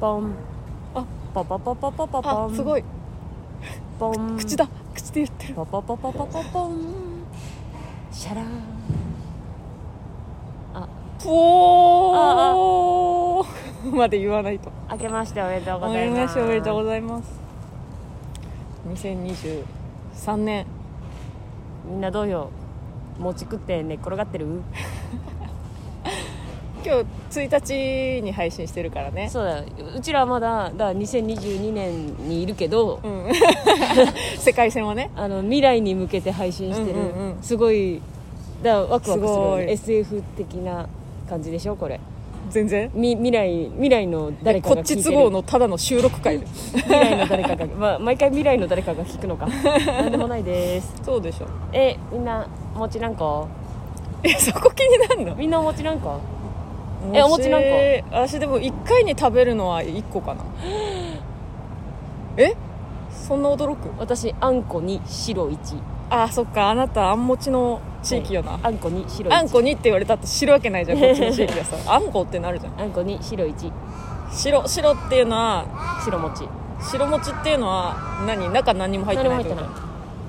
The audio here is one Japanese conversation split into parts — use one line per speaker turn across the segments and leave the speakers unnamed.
ポン
あ
ポポポポポポポ
あ
ン
すごい
ポン
口だ口で言ってる
ポポポポポポポンシャラーン
おおまで言わないと
明けましておめでとうご
お
ざいます
めおめでとうございます2023年
みんなどうよ餅食って寝っ転がってる
今日1日に配信してるからね
そうだようちらはまだだから2022年にいるけど、
うん世界線はね
あの未来に向けて配信してる、
うんうんうん
すごいだからワクワクするよね、
す
SF 的な感じでしょこれ
全然
み未来未来の誰か
こ
が
っ
聞いて
ち
る
都合のただの収録会で
未来の誰かが、まあ、毎回未来の誰かが聞くの かなんでもないです
そうでしょ
えみんなお餅なんか
えそこ気になるの
みんなお餅なんかえお餅何個
私でも1回に食べるのは1個かなえそんな驚く
私あんこに白1
あそっかあなたあんもちの地域よな、
あんこに白1
あんこにって言われたって知るわけないじゃんこっちの地域はさ あんこってなるじゃん
あんこに白1
白白っていうのは
白餅
白餅っていうのは何中何も入って
何も
ない
入って
っ
て
こ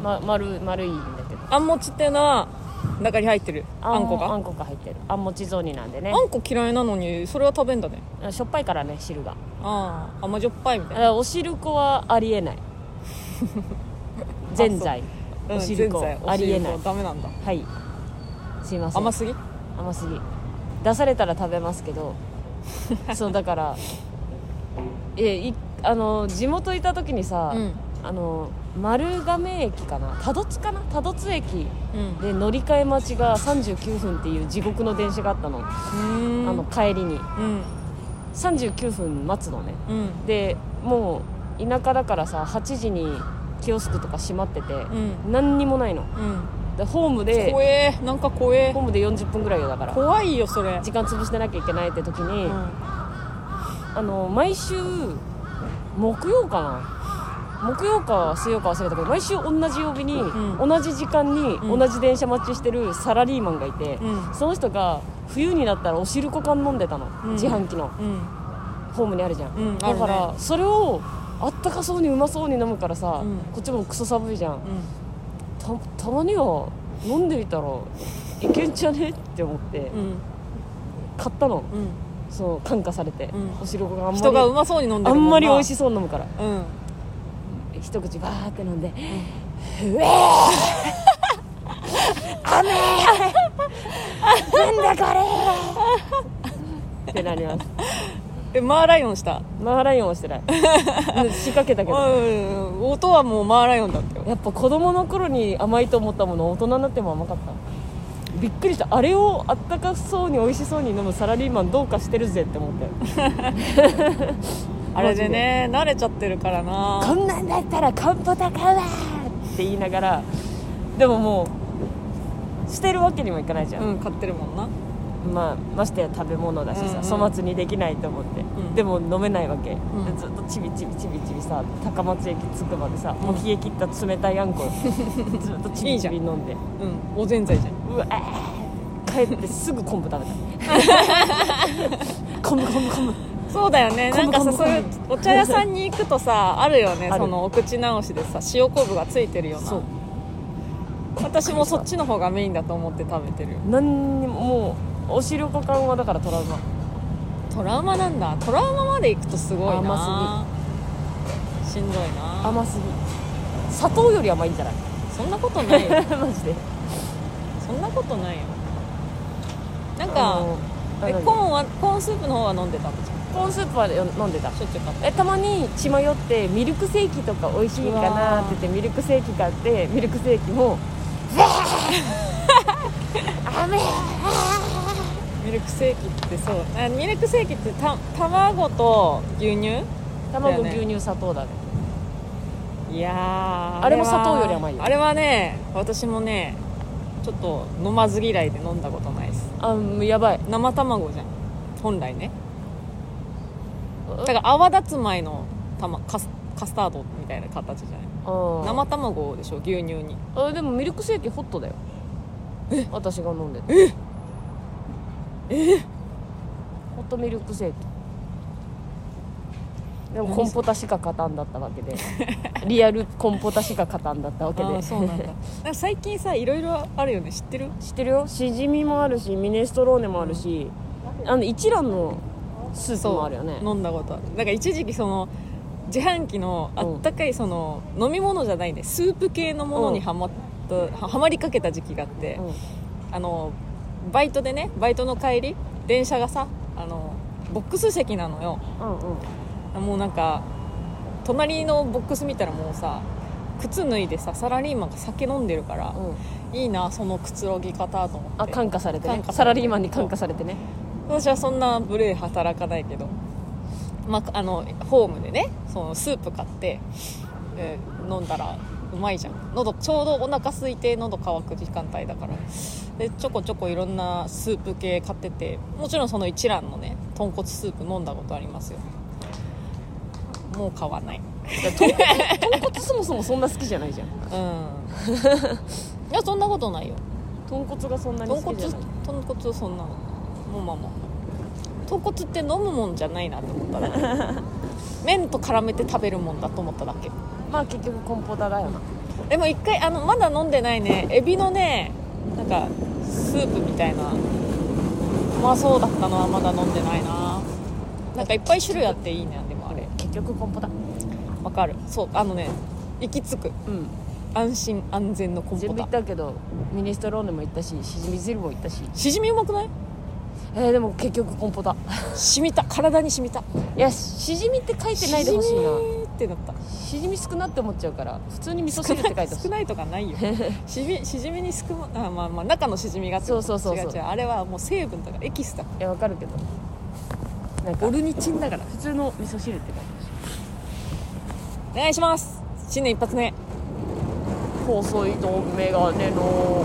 と
ない、ま、丸丸いんだけど
あん餅っていうのは中に入ってるあんこが
あ
あ
んこが入ってるあん餅雑煮なんでね
んこ嫌いなのにそれは食べんだね
しょっぱいからね汁が
ああ甘じょっぱいみた
だ
い
か
な
らお汁粉はありえない ぜんざい
うん
お汁粉
全然
ありえない
お汁粉ダメなんだ
はいすいません
甘すぎ
甘すぎ出されたら食べますけ どそうだからえいあの地元いた時にさ、
うん
あの丸亀駅かな多度津かな多度津駅
うん
で乗り換え待ちが39分っていう地獄の電車があったの,、
うん
あの帰りに
うん
39分待つのね
うん
でもう田舎だからさ8時にキオスクとか閉まってて、
うん
何にもないの
うん
でホームで
怖えなんか怖え
ホームで40分ぐらいよだから
怖いよそれ
時間潰してなきゃいけないって時に、
うん
あの毎週木曜かな木曜か水曜か忘れたけど毎週同じ曜日に、
うん
同じ時間に
うん
同じ電車待ちしてるサラリーマンがいて、
うん
その人が冬になったらお汁粉缶飲んでたの、
うん
自販機の
うん
ホームにあるじゃん、
うんあ
だ
るね
からそれをあったかそうにうまそうに飲むからさ、
うん
こっちもクソ寒いじゃん
う
たたまには飲んでみたらいけんじゃねって思って
んうん
買ったの
うん
そう感化されて、
うん
お汁粉があんまり
人がうまそうに飲んで
あ
るも
んまり美味
い
しそうに飲むから
うん
一口バーって飲んで「うえー雨なんだこれ!」ってなります
えマーライオンした
マーライオンはしてない仕掛けたけど
うん音はもうマーライオンだったよ
やっぱ子供の頃に甘いと思ったもの大人になっても甘かったびっくりしたあれをあったかそうに美味しそうに飲むサラリーマンどうかしてるぜって思ったよ
あれでね慣れちゃってるからな
こんなんだったらカンポタ買うわって言いながらでももうしてるわけにもいかないじゃん、
うん買ってるもんな
まあ、ましてや食べ物だしさ、
うんうん
粗末にできないと思って、
ん
でも飲めないわけ、
ん
でずっとちびちびちびちびさ高松駅着くまでさ、もう冷え切った冷たいあんこ ずっとちびちび飲んで
うんおぜんざいじゃん
うわー帰ってすぐ昆布食べ た昆布昆布昆布
そうだよねなんかさ
こ
そ
ん
う
な
いうお茶屋さんに行くとさあるよ ね
ある
そのお口直しでさ塩昆布がついてるよう
そう
な私もそっちの方がメインだと思って食べてるよ
何にももうお汁粉缶はだからトラウマ
トラウマなんだトラウマまで行くとすごいな
甘
しんどいな
甘すぎ砂糖より甘いんじゃない
そんなことないよ
マジで
そんなことないよなん
あ
か
のあ
え
何
コーンはコーンスープの方は飲んでたんですよ
コーンスープはよ飲んでた
しょっちゅう買って
えたまに血迷ってミルクセーキとか美味しいかなって言ってミルクセーキ買ってミルクセーキも
ミルクセーキってそうあミルクセーキってた卵と牛乳
卵、
だよね
牛乳砂糖だね
いやー
あれも
は
砂糖より甘いよ
あれはね私もねちょっと飲まず嫌いで飲んだことないです
あもうやばい
生卵じゃん本来ねだから泡立つ前の玉カスカスタードみたいな形じゃない
生
生卵でしょ牛乳に
あでもミルクセーキホットだよ私が飲んでたホットミルクセーキでもコンポタしか勝たんだったわけ でリアルコンポタしか勝たんだったわけ
あ
で
あそう なんだなんか最近さいろいろあるよね知ってる
知ってるよシジミもあるしミネストローネもあるし、あの一蘭のスープもあるよね
飲んだことあるなんか一時期その自販機のあったかいその、飲み物じゃないねスープ系のものにはまった、ははまりかけた時期があって、
うん
あのバイトでねバイトの帰り電車がさあのボックス席なのよ
うんうん
もうなんか隣のボックス見たらもうさ靴脱いでさサラリーマンが酒飲んでるから、
うん
いいなそのくつろぎ方と思って
あ感化されて
感
ね
化されて
サラリーマンに感化されてね
私はそんな無礼働かないけど、まあ、あのホームでねそのスープ買って、えー飲んだらうまいじゃん喉ちょうどお腹空いて喉乾く時間帯だからでちょこちょこいろんなスープ系買っててもちろんその一蘭のね豚骨スープ飲んだことありますよもう買わない
豚骨そもそもそんな好きじゃないじゃん
うんいやそんなことないよ
豚骨がそんなに
豚
好
骨
きじゃない
豚骨そんなもうまあまあ豚骨って飲むもんじゃないなと思っただけ麺と絡めて食べるもんだと思っただけ
まあ結局コンポタだよな
でも一回あのまだ飲んでないねエビのねなんかスープみたいなうまそうだったのはまだ飲んでないななんかいっぱい種類あっていいねでもあれ
結局コンポタう
わかるそうあのね行き着く
ん
安心安全のコン
全
ポ
部行っ
タ
たけどミネストローネも行ったしシジミ汁も行ったし
しじみうまくない
えー、でも結局コンポタ
染みた体に染みた
いやシジミって書いてないでほしいな
しじみってなった
シジミ少なって思っちゃうから普通に味噌汁って書いてほし
少
い
ないと かないよしじみしじみに少まあまあまあ中のしじみがってこと
そうそうそうそう
違う違うあれはもう成分とかエキスだ
いやわかるけどなんか
オルニチンだから
普通の味噌汁って書いてほし
お願いします新年一発目
い細いとメガネの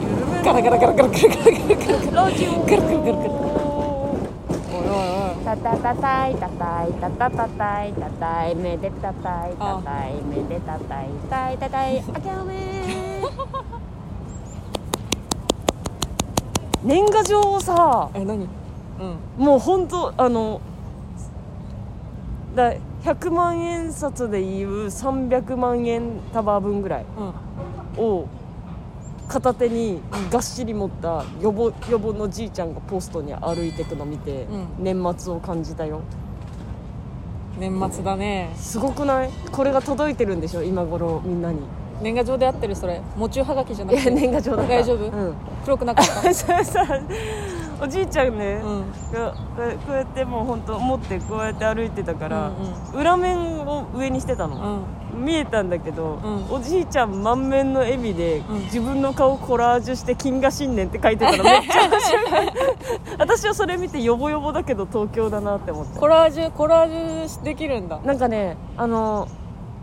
緩めの
ガラガラガラガラガラガラガラガラ
ラジオ
ガラガラガラガラおいおいおい
たたたたいたたいたたたたいたたいめでたたいたたいめでたたいたいたたいあけおめ年賀状をさ
え何うん
もう本当あのだ100万円札でいう300万円束分ぐらい
うん
を片手にがっしり持った予防予防のじいちゃんがポストに歩いてくの見て、年末を感じたよ
年末だね
すごくないこれが届いてるんでしょ今頃みんなに
年賀状で合ってるそれ喪中はがきじゃないく
や
て
年賀状だから
大丈夫
うん
黒くなか った
そうそうおじいちゃんね、
うん
がこうやってもう本当持ってこうやって歩いてたから、
うん
裏面を上にしてた
う
の、
ん
見えたんだけど、
ん
おじいちゃん満面の笑みで、
ん
自分の顔コラージュして「金河新年」って書いて たのめっちゃ面白い私はそれ見てヨボヨボだけど東京だなって思って
コラージュコラージュできるんだ
なんかねあの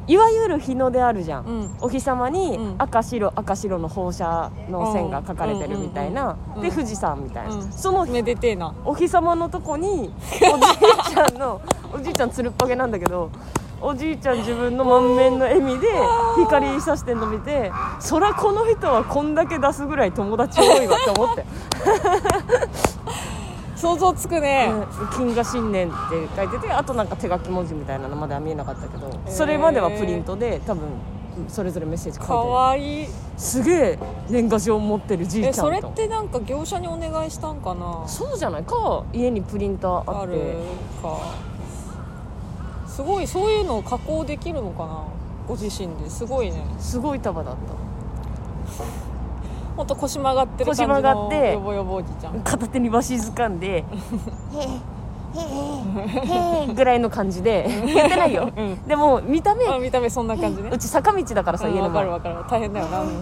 いわゆる日の出あるじゃん、
うん
お日様に
うん
赤白赤白の放射の線が書かれてるみたいな、
うんうんうん
で
うん
富士山みたいな、
うん
その
めでてえな
お日様のとこにおじいちゃんのおじいちゃんつるっぱげなんだけどおじいちゃん自分の満面の笑みで光さしてんの見てそらこの人はこんだけ出すぐらい友達多いわって思って
想像つくね、
うん金河新年って書いててあとなんか手書き文字みたいなのまでは見えなかったけど
ー
それまではプリントで多分それぞれメッセージ書いて
か
る
わいい
すげえ年賀状持ってるじいちゃ
え
んと
それってなんか業者にお願いしたんかな
そうじゃないか家にプリンターあ
あ
っ
る
て
かすごいそういうのを加工できるのかなご自身ですごいね
すごい束だっ
ほんと腰曲がってる感じ
腰曲がっ
の
て
ヨボヨボおじちゃ
た
ん
片手にわしづかんでぐらいの感じでやってないよ、でも見た目
あ見た目そんな感じね
うち坂道だからさ
うん
家の
わか
前
るわかる大変だよ なうん
へ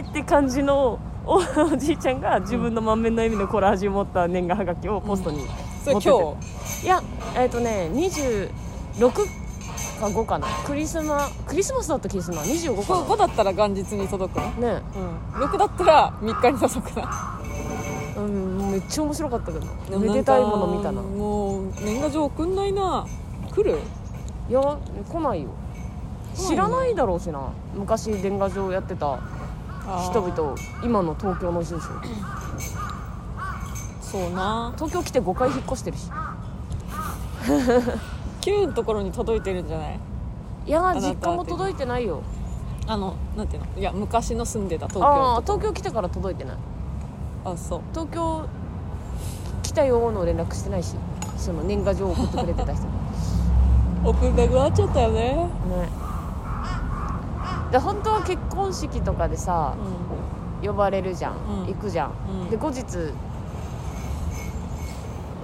ーって感じのおおじいちゃんが自分の満面の笑みのコラージュ持った年賀はがきをポストに、
それ
持
今
って
日
ていやえっ、とね26か5かなクリスマクリスマスだった気がするな25
今日
か
5だったら元日に届くの
なね
うん6だったら3日に届くな
うんめっちゃ面白かったけど めでたいもの見たなん
かもう年賀状送んないな来る
いや来ないよ
来ないの
知らないだろうしな昔年賀状やってた人々今の東京の住所
そうな
東京来て5回引っ越してるし
9のところに届いてるんじゃない
いや
なた
実家も届いてないよ
あのなんていうのいや昔の住んでた東
ああ
京
ー東京来てから届いてない
あそう
東京来たよーの連絡してないしその年賀状送ってくれてた 人ね
送んなくなっちゃったよね
で本当は結婚式とかでさ
う
呼ばれるじゃん、
うん
行くじゃん、
うん
で後日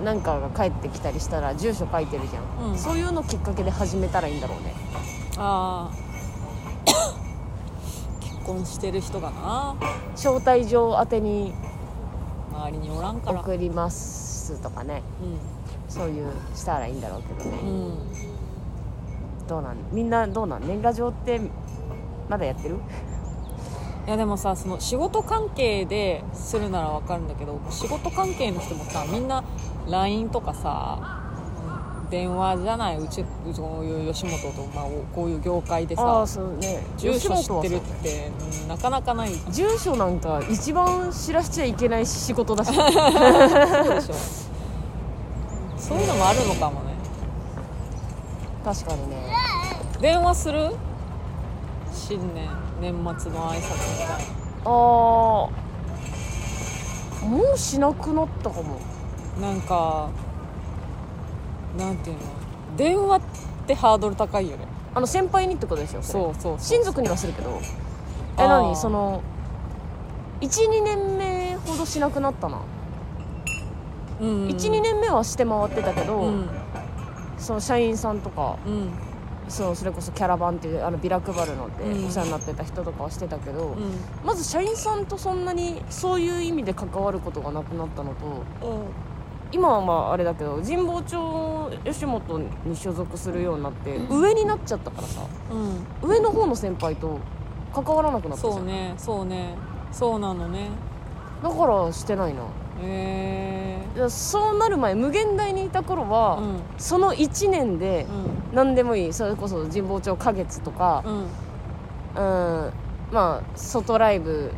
なんかが帰ってきたりしたら住所書いてるじゃん、
うん
そういうのきっかけで始めたらいいんだろうね
んああ 結婚してる人がな
招待状宛てに
周りにおらんから
送りますとかね
う
そういうしたらいいんだろうけどね、
んうん
どうなんみんなどうなん年賀状ってまだやってる
いやでもさその仕事関係でするならわかるんだけど仕事関係の人もさみんな LINE とかさうん電話じゃないうちうちこういう吉本と、まあ、おこういう業界で
あ
さ
あそうね
住
吉
所
本
知っ
は
て
そう
るって、うんなかなかな いで
住所なんか一番知らしちゃいけない仕事 だし
しょそういうのもあるのかもね
確かにね
電話する新年年末の挨拶みたい
ああもうしなくなったかも
ななんかなんていうの電話ってハードル高いよね
あの先輩にってことでしょ
そううそうそう
親族にはするけどえ
あー
何その12年目ほどしなくなったな、
うん
12年目はして回ってたけど、
うん
その社員さんとか
うん
そのそれこそキャラバンっていうあのビラ配るので
うん
お世話になってた人とかはしてたけど、まず社員さんとそんなにそういう意味で関わることがなくなったのと今はまああれだけど神保町吉本に所属するようになって上になっちゃったからさ
うん
上の方の先輩と関わらなくなったじゃ、
そうんねそうねそうなのね
だからしてないな
へ
い
え
やそうなる前無限大にいた頃は、
うん
その1年で
うん
何でもいいそれこそ神保町花月とか、
う
う
ん
ん、まあ外ライブ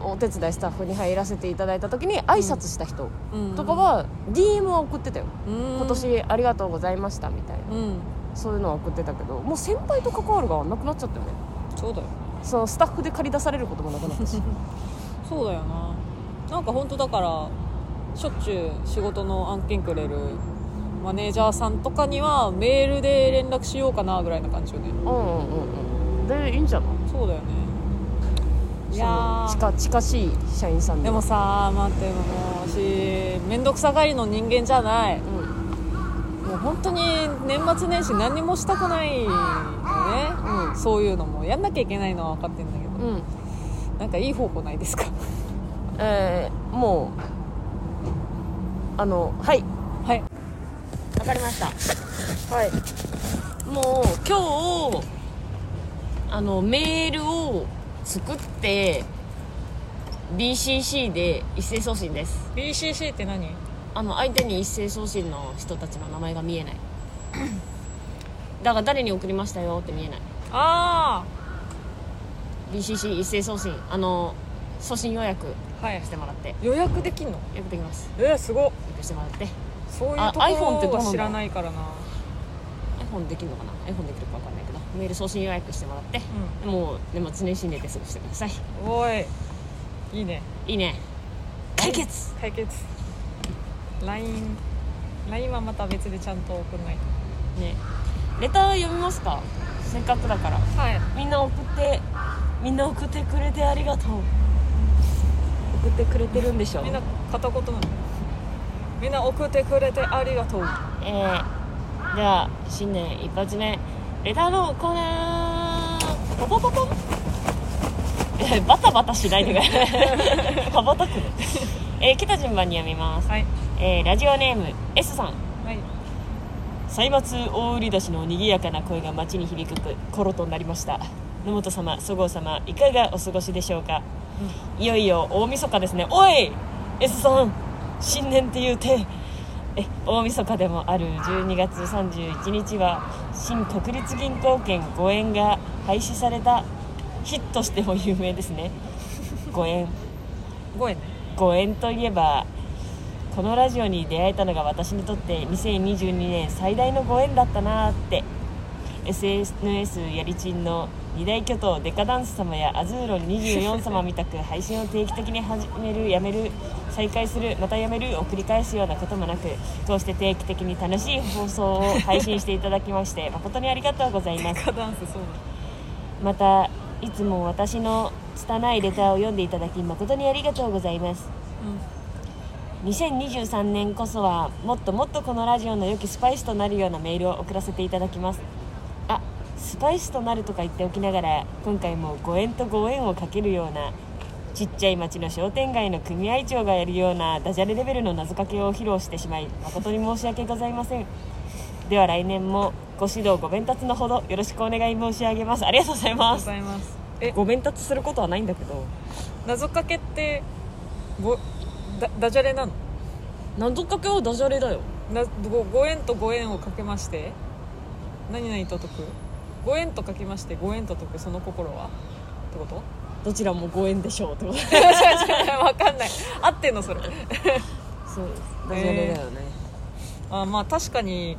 お手伝いスタッフに入らせていただいた時に挨拶した人
うん
とかは DM は送ってたよ
今
今年ありがとうございましたみたいな
うん
そういうのは送ってたけどもう先輩と関わるがなくなっちゃったよね
そうだよ
そのスタッフで借り出されることもなくなったし
そうだよななんか本当だからしょっちゅう仕事の案件くれるマネージャーさんとかにはメールで連絡しようかなぐらいな感じよね
うんうんうんうんでいいんじゃない
そうだよねいやー
その近近しい社員さん
でもさ待ってもうし面倒くさがりの人間じゃない
うん
もう本当に年末年始何もしたくないのね
うん
そういうのもやんなきゃいけないのは分かってんだけど
うん
なんかいい方向ないですか
えー、もうあのはい
はい
わかりましたはいもう今日あのメールを作って BCC で一斉送信です
BCC って何
あの相手に一斉送信の人たちの名前が見えないだから誰に送りましたよって見えない
あ
BCC 一斉送信あの送信予約
あはい
してもらって
予約できんの
予約できます
えー、すごっ
予約してもらって
そういう
あ
とこ
iPhone って
ろ
どうなんだ
は知らないからな
iPhone できるのかな iPhone できるか分かんないけどメール送信予約してもらってもう年末年始に寝て過ごしてください
うんおいいいね
いいね解決
解決 LINELINE はまた別でちゃんと送んないと
ねレター読みますかせっかくだから
はい
みんな送ってみんな送ってくれてありがとう送ってくれてるんでしょ
みんな片言なのみんな送ってくれてありがとう
えー、では新年一発目レターのコーナーポポポポンえバタバタしないでく ださい羽ばたくのえー、来た順番に読みます、
はい
えー、ラジオネーム S さん
はい
歳末大売り出しの賑やかな声が街に響く頃となりました野本様そごう様いかがお過ごしでしょうか、いよいよ大晦日ですねおい S さん新年って言うてえ大晦日でもある12月31日は新国立銀行券5円が廃止されたヒットしても有名ですね5円
5円ね
5円といえばこのラジオに出会えたのが私にとって2022年最大のご縁だったなーって SNS やりちんの二大巨頭デカダンス様やアズーロン24様みたく配信を定期的に始めるやめる再開するまたやめるを繰り返すようなこともなくこうして定期的に楽しい放送を配信していただきまして誠にありがとうございます
カダンスそう
またいつも私の拙いレターを読んでいただき誠にありがとうございます2023年こそはもっともっとこのラジオの良きスパイスとなるようなメールを送らせていただきますあスパイスとなるとか言っておきながら今回もご縁とご縁をかけるようなちっちゃい町の商店街の組合長がやるようなダジャレレベルの謎かけを披露してしまい誠に申し訳ございませんでは来年もご指導ご鞭達のほどよろしくお願い申し上げますありがとうござい
うん
ま
ご
す
ざいますえ
ご鞭達することはないんだけど
謎かけってごだダジャレなの
謎かけはダジャレだよ
なごご縁とご縁をかけまして何々と解くご縁とかけましてご縁と解くその心はってこと
どちらもご縁でしょうってこと
違う違う分かんない合ってんのそれ
そうです
ダジャレだよ
ね、
あまあ確かに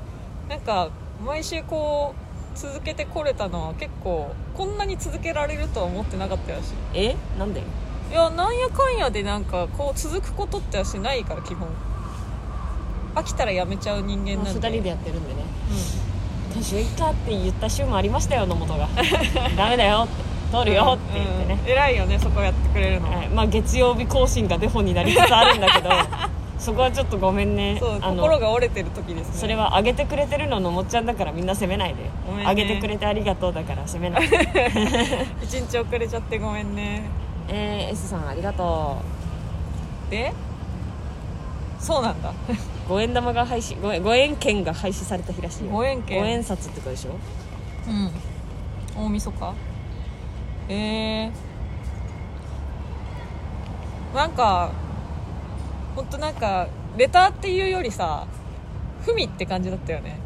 なんか毎週こう続けてこれたのは結構こんなに続けられるとは思ってなかったやし
えなんで
いやなんやかんやでなんかこう続くことってはしないから基本飽きたらやめちゃう人間
まあ
なん
二
で
人でやってるんでね年いいかって言った週もありましたよ野本 がダメだよって
あ
取るよって言ってね、
偉いよねそこやってくれるのは
はいまあ、月曜日更新がデフォになりつつあるんだけ どそこはちょっとごめんね
そう
あ
心
の
が折れてる時ですね
それは上げてくれてるののもっちゃんだからみんな責めないで、
ごめんね
上げてくれてありがとうだから責め ないで、
一日遅れちゃってごめんね
えー、S さんありがと
でそうなんだ
う五円玉が廃止ご円ご円券が廃止された日らしいよ
五円券
五円札ってことでしょ
うん大晦日えー、なんかほんとなんかレターっていうよりさふみって感じだったよね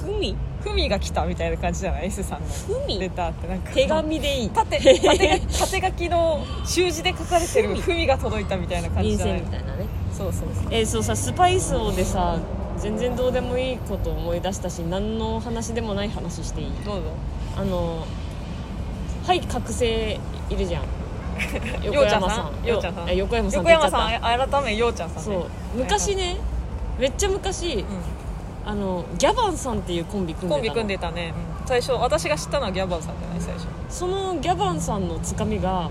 ふみ
ふみが来たみたいな感じじゃない S さんの
ふ
レ
み
ターってなんか
手紙でいい
縦縦書き縦書きの習字で書かれてるふみが届いたみたいな感じ
人
じゃ
生
ない
みたいなね
そうそうそう
えーそうさスパイスをでさ全然どうでもいいこと思い出したし何の話でもない話していい
どうぞ
あのはい覚醒いるじ ゃん
ようちゃんさん
よ
ようちゃんさん
え横山さん
横山さ
出ちゃ
ん改めようちゃんさ
った
ん
そ
ね
う昔ねめっちゃ昔
う
あのギャバンさんっていうコンビ組んでた
ん
の
コンビ組んでたねうん最初私が知ったのはギャバンさんじゃない最初
そのギャバンさんのつかみが、
う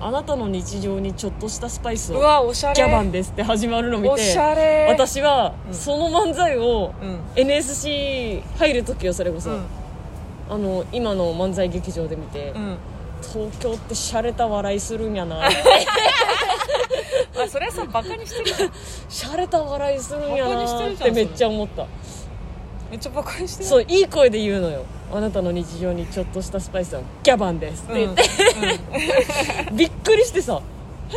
あなたの日常にちょっとしたスパイスを
わおしゃれ
ギャバンですって始まるの見
お
て
しゃれ
私は、
うん
その漫才を
うん
NSC 入る時よそれこ
う
そ、
ん
あの今の漫才劇場で見て、
うん
東京って洒落た笑いするんや な
まあそれはさバカにしてるじ ゃん
洒落た笑いするんや
バカにして
な
る
っ
じゃ
て
ん
めっちゃ思った
めっちゃバカにしてる
そういい声で言うのよあなたの日常にちょっとしたスパイスはギャバンですっ
う
て 言っ
ん
て、 びっくりしてさ「え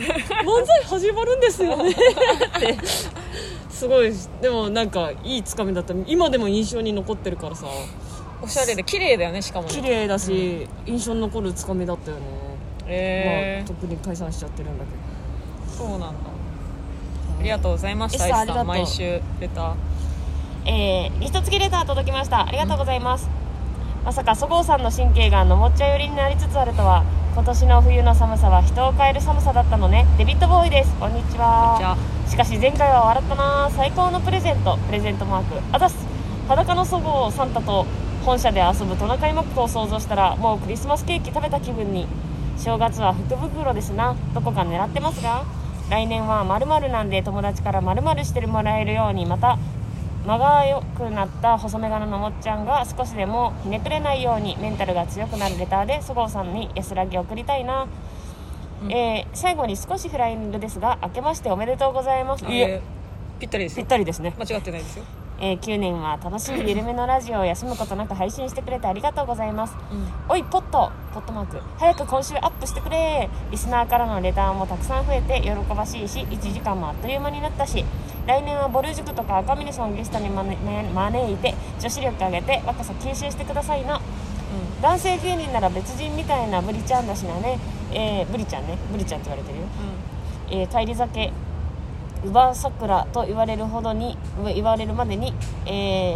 え漫才始まるんですよ ね」ってすごいでもなんかいいつかみだった今でも印象に残ってるからさ
うんおしゃれで綺麗だよねしかもね
綺麗だし、印象に残るつかみだったよね、
え
まあ、特に解散しちゃってるんだけど
ーそうなんだありがとうございました
S さん
S さん
ありがとう
毎週レター
えー、リスト付きレター届きましたありがとうございます、まさかそごうさんの神経がのもっちゃ寄りになりつつあるとは今年の冬の寒さは人を変える寒さだったのねデビッドボーイですこんにちは
じゃあ
しかし前回は笑ったなあ最高のプレゼントプレゼントマークあざっす裸のそごうサンタと本社で遊ぶトナカイマックを想像したらもうクリスマスケーキ食べた気分に正月は福袋ですなどこか狙ってますが来年は〇〇なんで友達から〇〇してもらえるようにまた間が良くなった細眼鏡のもっちゃんが少しでもひねくれないようにメンタルが強くなるレターでそごうさんに安らぎを送りたいな、
うん
えー最後に少しフライングですが明けましておめでとうございますいえ
えーぴったりです
ぴっ
よ
たりですね、
間違ってないですよ
えー9年は楽しい緩めのラジオを休むことなく配信してくれてありがとうございますおいポットポットマーク早く今週アップしてくれリスナーからのレターもたくさん増えて喜ばしいし1時間もあっという間になったし来年はボル塾とか赤嶺さんをゲストに招ね招いて女子力上げて若さ吸収してくださいな男性芸人なら別人みたいなブリちゃんだしなねえー、ブリちゃんねブリちゃんって言われてるよ、
う
えー、帰り酒乳母桜と言われるほどに言われるまでに、え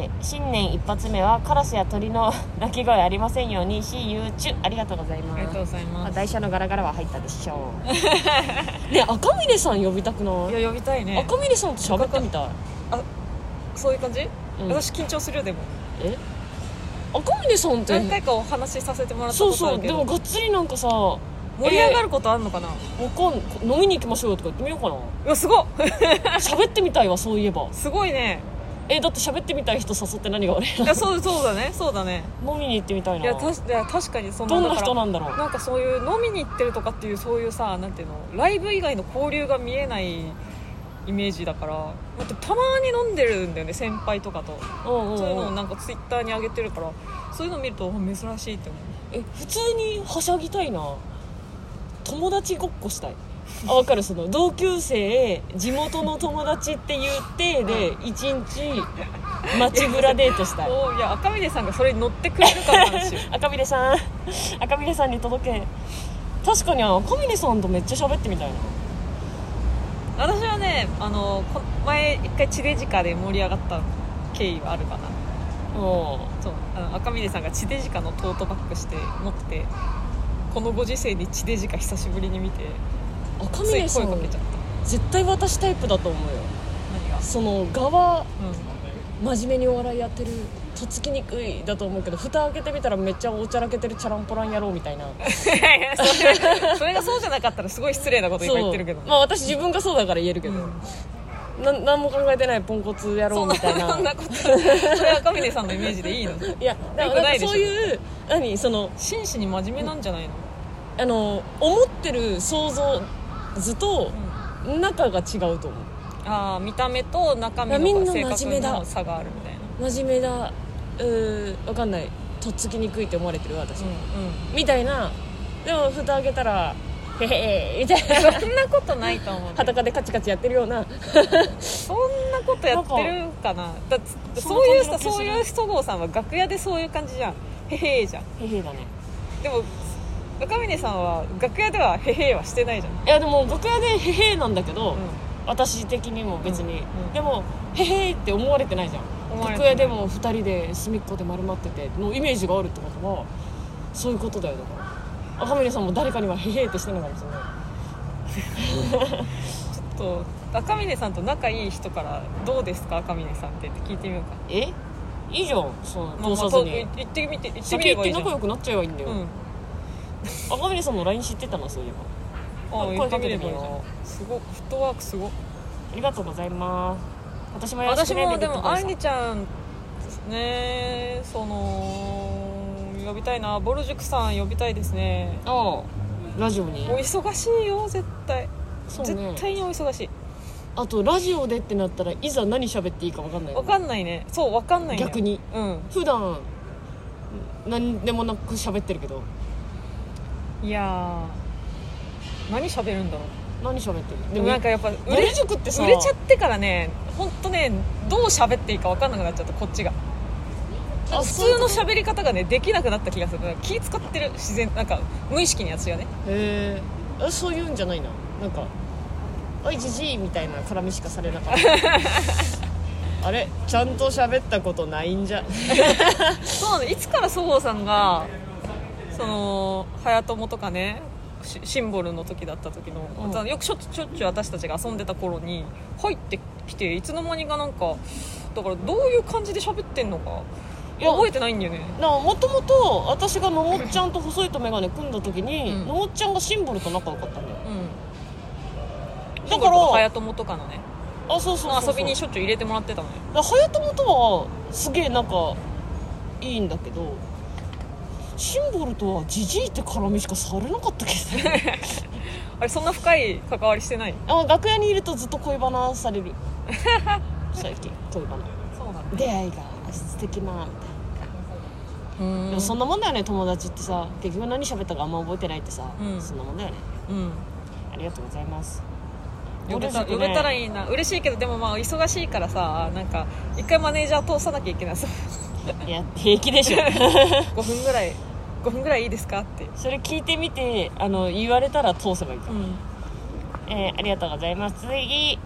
ー新年一発目はカラスや鳥の鳴き声ありませんように See you 中ありがとうござい
ありが
ま
とう
す
ござい
まあ
ます
台車のガラガラは入ったでしょう ねえ赤嶺さん呼びたくない
いや呼びたいね
赤嶺さんと喋ってみたい、
そういう感じ、
うん
私緊張するよでも
え赤嶺さんっ
何
て
回かお話しさせてもらった
そう
ことあ
そう
るけ
で
ど
もがっつりなんかさわ
盛り上がることあんのかな、
かん飲みに行きましょうよとか言ってみようかな
うわすごっ
喋ってみたいわそういえば
すごいね
えだって喋ってみたい人誘って何が悪い
いやそうそうだねそうだね
の飲みに行ってみたい
い
な
やたしいや確かにその
どんな
だから
人なんだろう
なんかそういう飲みに行ってるとかっていうそういうさなんていうのライブ以外の交流が見えないイメージだからだってたまに飲んでるんだよね先輩とかと
うんうん
そういうのを
うん
なんかツイッターに上げてるからそういうの見るとあ珍しいって思、
え普通にはしゃぎたいな友達ごっこしたいあ分かるその同級生地元の友達って言ってで一日街ぶらデートしたいう
おいや赤嶺さんがそれに乗ってくれるからなん ですよ
赤嶺さん赤嶺さんに届け確かに赤嶺さんとめっちゃ喋ってみたいな
私はねあのこ前一回地デジカで盛り上がった経緯はあるかな
う
そうあの赤嶺さんが地デジカのトートバッグして持っててこのご時世に地デジカ久しぶりに見て
ん赤
つい
嶺さ
声か
ん
けちゃった
絶対私タイプだと思うよ
何が
その側
う
真面目にお笑いやってるとっつきにくいだと思うけど蓋開けてみたらめっちゃおちゃらけてるチャランポラン野郎みたいなん
それそれが そうじゃなかったらすごい失礼なこと今言ってるけど
そうまあ私自分がそうだから言えるけど、
うん
な何も考えてないポンコツ野郎みたいな
そんな ことそれ赤嶺さんのイメージでいいの
いやだか
よく
らな
なんいで
か
しょ
そういう何その
真摯に真面目なんじゃないの、
あの思ってる想像図と中が違うと思
ああ見た目と中身
いやみん
の
な
性
真
格
面目だ
の差があるみたいな
う真面目だうーわかんないとっつきにくいって思われてる私、
う
みたいなでも蓋開けたら「へへへ」みたい
ん
な
うんそんなことないと 思う
裸でカチカチやってるような
そんなことやってるかなだって
そんな
そういう
感
さ
じの気する
そういうそごうさんは楽屋でそういう感じじゃんへへーじゃん
「へへ」だね
でも赤嶺さんは楽屋ではへへーはしてないじゃん、
いやでも楽屋で「へへ」なんだけど、
うん
私的にも別に、
うんうん
でも「へへ」って思われてないじゃん
思われて
楽
な
屋で
い
も2人で隅っこで丸まっててのイメージがあるってことはそういうことだよだから赤嶺さんも誰かには「へへ」ってしてるのかもしれない
ちょっと赤嶺さんと仲いい人から「どうですか赤嶺さんって」って聞いてみようか
えいいじゃんそ
まあ
の
ま
通さ
あと
ずに
行ってみて行ってみ
先
れ
行っ
ばい
て
いじゃん
仲良くなっちゃえばいいんだよ、
うん
赤嶺さんの LINE 知ってたのそういえば
あ
声
行って
か
み
けて
れば
み
いいじゃ
よ
んすごいフットワークすごい
ありがとうございます私もよろし
私
くね
も
ビビ
で
ッ
も
ドボーイ
あい
さん
にちゃんねその呼びたいなボル塾さん呼びたいですね
うんラジオに
お忙しいよ絶対
そうね
絶対にお忙し
あとラジオでってなったらいざ何喋っていいか分かんない
い
よ
わ
ね
かんないねそうわかんないんだよ
逆に
うん
普段何でもなく喋ってるけど
いやー何喋るんだろう
何喋ってる
でもなんかやっぱ
ぼ
売れ
る塾ってさ
売れちゃってからね本当ねどう喋っていいか分かんなくなっちゃったこっちが
あ
普通の喋り方がねできなくなった気がするなんか気使ってる自然なんか無意識に私がね
へえそういうんじゃないななんか「おいじじい」みたいな絡みしかされなかった あれちゃんと喋ったことないんじゃ
そうなのいつからそごうさんがその早友とかねシシンボルの時だった時の、
うん
またよくしょっちゅうしょっちゅう私たちが遊んでた頃に入ってきていつの間にかなんかだからどういう感じで喋ってんのか
いや
覚えてないんだよね
もともと私がのもっちゃんと細いと眼鏡組んだ時に、
うん
のもっちゃんがシンボルと仲良かったんだよ
うん
だ
だ
か
から
ら
早友とかのね
あそうそうそうそう
遊びにしょっちゅう入れてもらってたのよ
だから隼友とはすげえ仲いいんだけどシンボルとはジジイって絡みしかされなかったけど ね
あれそんな深い関わりしてない
あ楽屋にいるとずっと恋バナされ る最近恋バナ
そうなん
出会いが素敵なみたいな
うん
でもそんなもんだよね友達ってさ結局何喋ったかあんま覚えてないってさ、
うん
そんなもんだよね
うん
ありがとうございます
呼べた
ぼる塾
呼
ね
べたらいいな嬉しいけどでもまあ忙しいからさなんか一回マネージャー通さなきゃいけないそう
いや平気でしょ
5分ぐらい5分ぐらいいいですかって
それ聞いてみてあの言われたら通せばいいから
うん
えーありがとうございます次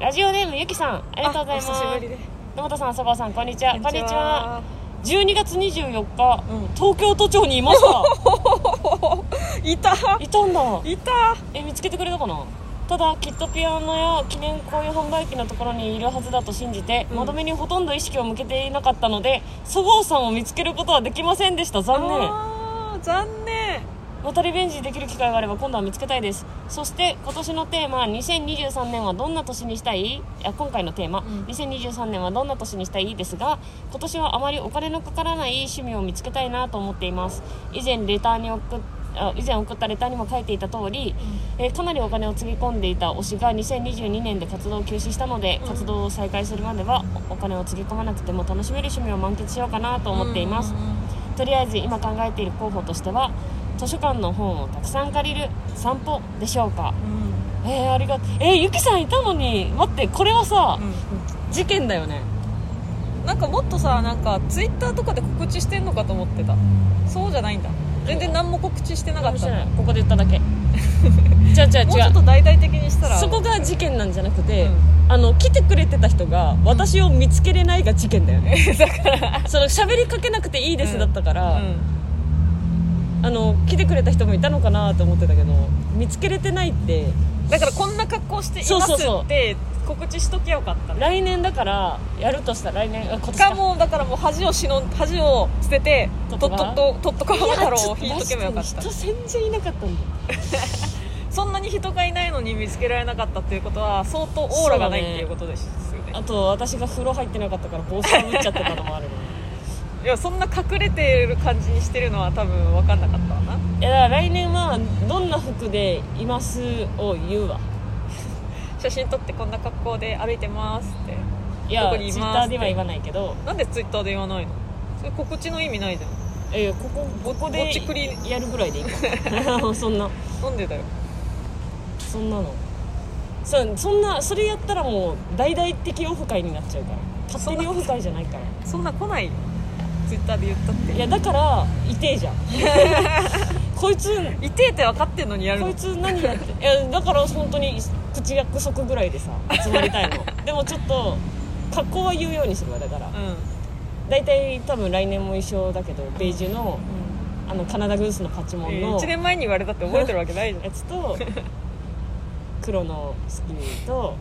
ラジオネームゆきさんありがとうございます
お久しぶりで
野本さん浅場さんこんにちは
こんにちは
12月24日、
うん
東京都庁にいました
いた
いたんだ
いた
え見つけてくれたかなただきっとピアノや記念公演販売機のところにいるはずだと信じて、
うん
窓辺にほとんど意識を向けていなかったのでそごうさんを見つけることはできませんでした残念
あー残念
またリベンジできる機会があれば今度は見つけたいですそして今年のテーマ2023年はどんな年にしたいいや今回のテーマ、
ん
2023年はどんな年にしたいですが今年はあまりお金のかからない趣味を見つけたいなと思っています以前レターに送っあ以前送ったレターにも書いていた通り、えーかなりお金をつぎ込んでいた推しが2022年で活動を休止したので、活動を再開するまではおお金をつぎ込まなくても楽しめる趣味を満喫しようかなと思っています、とりあえず今考えている候補としては図書館の本をたくさん借りる散歩でしょうか
うん
えー、ありがとうえー、ゆきさんいたのに待ってこれはさ、事件だよね
なんかもっとさなんかツイッターとかで告知してんのかと思ってたそうじゃないんだ全然何も告知してな
面
かった
白
ん
い
だ
ここで言っただ け違う違
もうちょっ
う違
と大々的にした
う
ら
そこが事件なんじゃなくて、
う
あの来てくれてた人が私を見つけれないが事件だよね だからその喋りかけなくていいですだったか
う
ら、
ん
あの来てくれた人もいたのかなと思ってたけど見つけれてないって
だからこんな格好してい
そう
ます
そうそう
って告知しときゃよかったね
来年だからやるとしたら来年あ今年
かもうだからもう恥をしの恥を捨ててと
と
っ
っ
と
と
っ
か
ととっとかま太郎を引いとけばよかっ
いや
た
ちょっと確かに人全然いなかったんだよ
そんなに人がいないのに見つけられなかったっていうことは相当オーラがないっていうことですよね
あと私が風呂入ってなかったから帽子かぶっちゃってたのもあるの
いやそんな隠れてる感じにしてるのは多分分かんなかったわない
やだから来年はどんな服でいますを言うわ
写真撮ってこんな格好で歩いてますって
いや
どこ
ツ
に
イ
い
ッタ
ます
ーでは言わないけど
なんでツイッターで言わないのそれ告知の意味ないじゃん
いやここここ
ぼ
で
っちくり
やるぐらいでいいか そんな
なんでだよ
そんなのそそんなそれやったらもう大々的オフ会になっちゃうから勝手にオフ会じゃないから
そんな来ないよツイッターで言ったって
いやだから痛え じゃんこいつ
痛えって分かってんのにやる
こ
の
いつ何やっていやだから本当に口約束ぐらいでさ集まりたいの でもちょっと格好は言うようにするわだから
うん、うん
大体多分来年も一緒だけどベージュのあのカナダグースのパチモン
え
の
1年前に言われたって覚えてるわけないじゃん
やつ と黒のスキニーと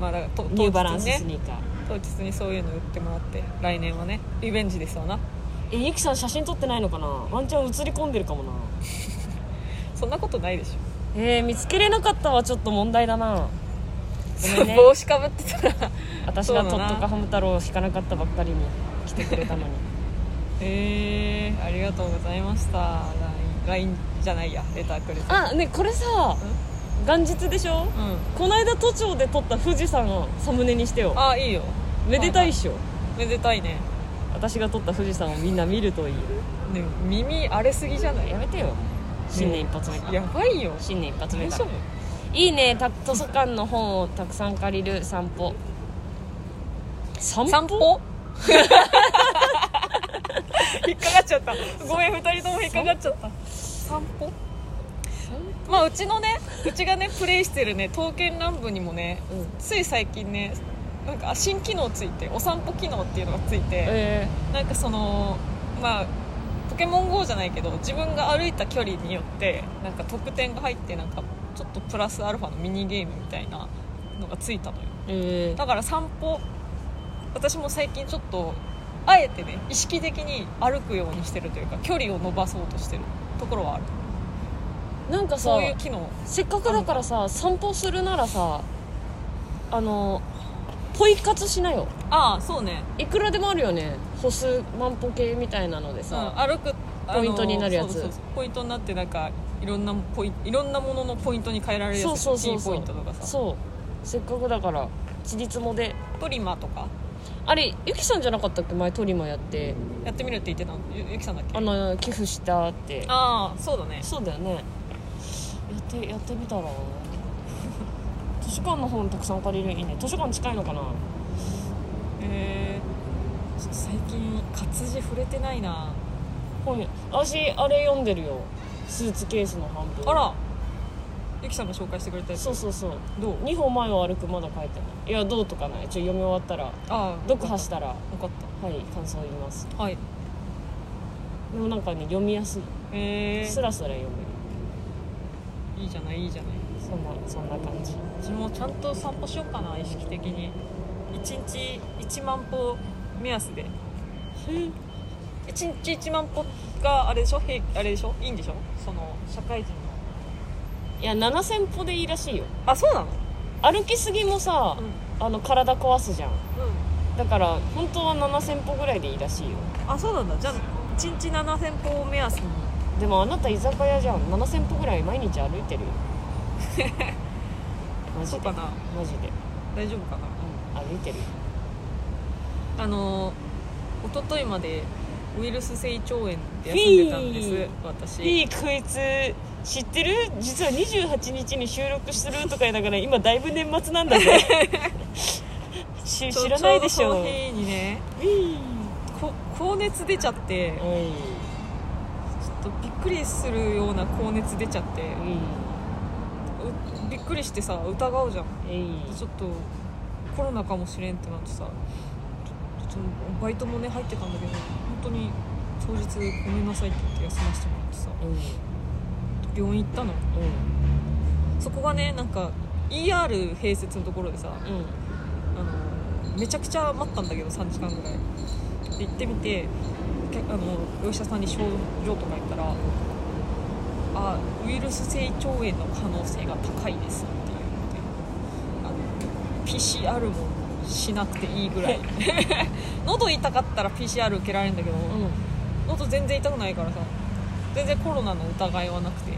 まあだからと
ニューバランス
当日
ス
にね
ニーカー、
当日にそういうの売ってもらって来年はねリベンジですわな
えゆきさん写真撮ってないのかなワンチャン写り込んでるかもな
そんなことないでしょ、
えー、見つけれなかったはちょっと問題だなごめんね
帽子かぶってたら
私
そうだ
が
な
トットカハム太郎を引かなかったばっかりに来てくれたのに
えー、ありがとうございました LINE じゃないやレターくれた
あねこれさ元日でしょ
うん
この間都庁で撮った富士山をサムネにしてよ
あいいよ
めでたいっしょ、
めでたいね
私が撮った富士山をみんな見るといい
ね耳荒れすぎじゃない
やめてよ新年一発目から
やばいよ
新年一発目
大
か
丈
ら
夫
いいねた図書館の本をたくさん借りる散歩散歩
散歩 引っかかっちゃったごめん2人とも引っかかっちゃった散歩まあうちのねうちがねプレイしてるね刀剣乱舞にもね
うん
つい最近ねなんか新機能ついてお散歩機能っていうのがついて
え
なんかそのまあポケモン GO じゃないけど自分が歩いた距離によってなんか得点が入ってなんかちょっとプラスアルファのミニゲームみたいなのがついたのよ
ー、えー
だから散歩私も最近ちょっとあえてね意識的に歩くようにしてるというか距離を伸ばそうとしてるところはある
なんかさ
そういう機能
せっかくだからさ散歩するならさあのポイ活しなよ
ああそうね、
いくらでもあるよね歩数万歩計みたいなので
うん、
さ、
歩くあの
ポイントになるやつ
そうそうそうポイントになってなんかいろんなポイいろんなもののポイントに変えられるやつ
そうそうそうそう
T ポイントとかさ
そうせっかくだからちりつもで
トリマーとか
あれゆきさんじゃなかったっけ前トリマやって
やってみるって言ってたのゆゆきさんだっけ
あの寄付したって
ああそうだね
そうだよねやってやってみたら 図書館の本たくさん借りるいいね図書館近いのかな
へえちょっと最近活字触れてないな
本私あれ読んでるよスーツケースの半分
あらゆきさんが紹介してくれたやつ
そうそうそう
どう
2歩前を歩くまだ書いてないいやどうとかないちょ読み終わったら
ああ
読破したらは
よかった
い感想言います
はい
でもなんかね読みやすい
へえ
スラスラ読める
いいじゃないいいじゃない
そんなそんな感じ
うちもちゃんと散歩しようかな意識的に1日1万歩目安で1日1万歩があれでしょ平あれでしょいいんでしょその社会人の
いや7000歩でいいらしいよ
あそうなの
歩きすぎもさ、あの体壊すじゃん
う
だから本当は7000歩ぐらいでいいらしいよ
んあそうなんだじゃあ1日7000歩を目安に
でもあなた居酒屋じゃん7000歩ぐらい毎日歩い てるよマジ
そう
で
かな
マジで、
大丈夫かな
うん、歩いてる
あの一昨日までウイルス性胃腸炎って休んでたん
ひー
です私
いいこいつ知ってる実は28日に収録するとか言いながら今だいぶ年末なんだねし
ちょ
知らないでし
ちうど
ょ
その日にね
ウィー
こ高熱出ちゃって
おい
ちょっとびっくりするような高熱出ちゃって
ウィ
うびっくりしてさ疑うじゃん
ーえい
ちょっとコロナかもしれんってなってさちょちょっとバイトもね入ってたんだけど本当に当日ごめんなさいって言って休ませてもらってさ
うんうん
病院行ったのそこがねなんか ER 併設のところでさ
うん
あのめちゃくちゃ待ったんだけど3時間ぐらいで行ってみてけあのお医者さんに症状とか言ったら「あウイルス性胃腸炎の可能性が高いです」っていうのであの PCR もしなくていい ぐらい喉痛かったら PCR 受けられるんだけど、
うん
喉全然痛くないからさ全然コロナの疑いはなくて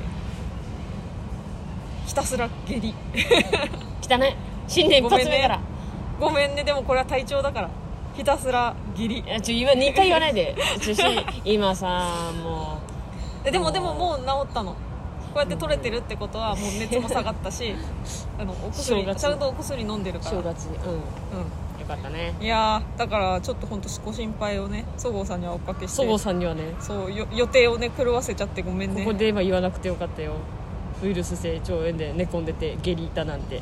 ひたすら下痢
汚い新年一発目から、
ごめんねでもこれは体調だからひたすら下痢
いやちょ言わ2回言わないでちょし今さも
えで
あ
も
ー
でももう治ったのこうやって取れてるってことはもう熱も下がっ たしあのお薬
正月
ちゃんとお薬飲んでる
う
から、
正
う
月にうん
ん、
よかったね
いやーだからちょっとほんとご心配をねそごうさんにはおかけして
そごうさんにはね
そうよ予定をね狂わせちゃってごめん
こ
ね
こで今言わなくてよかったよウイルス性腸炎で寝込んでて下痢いたなん て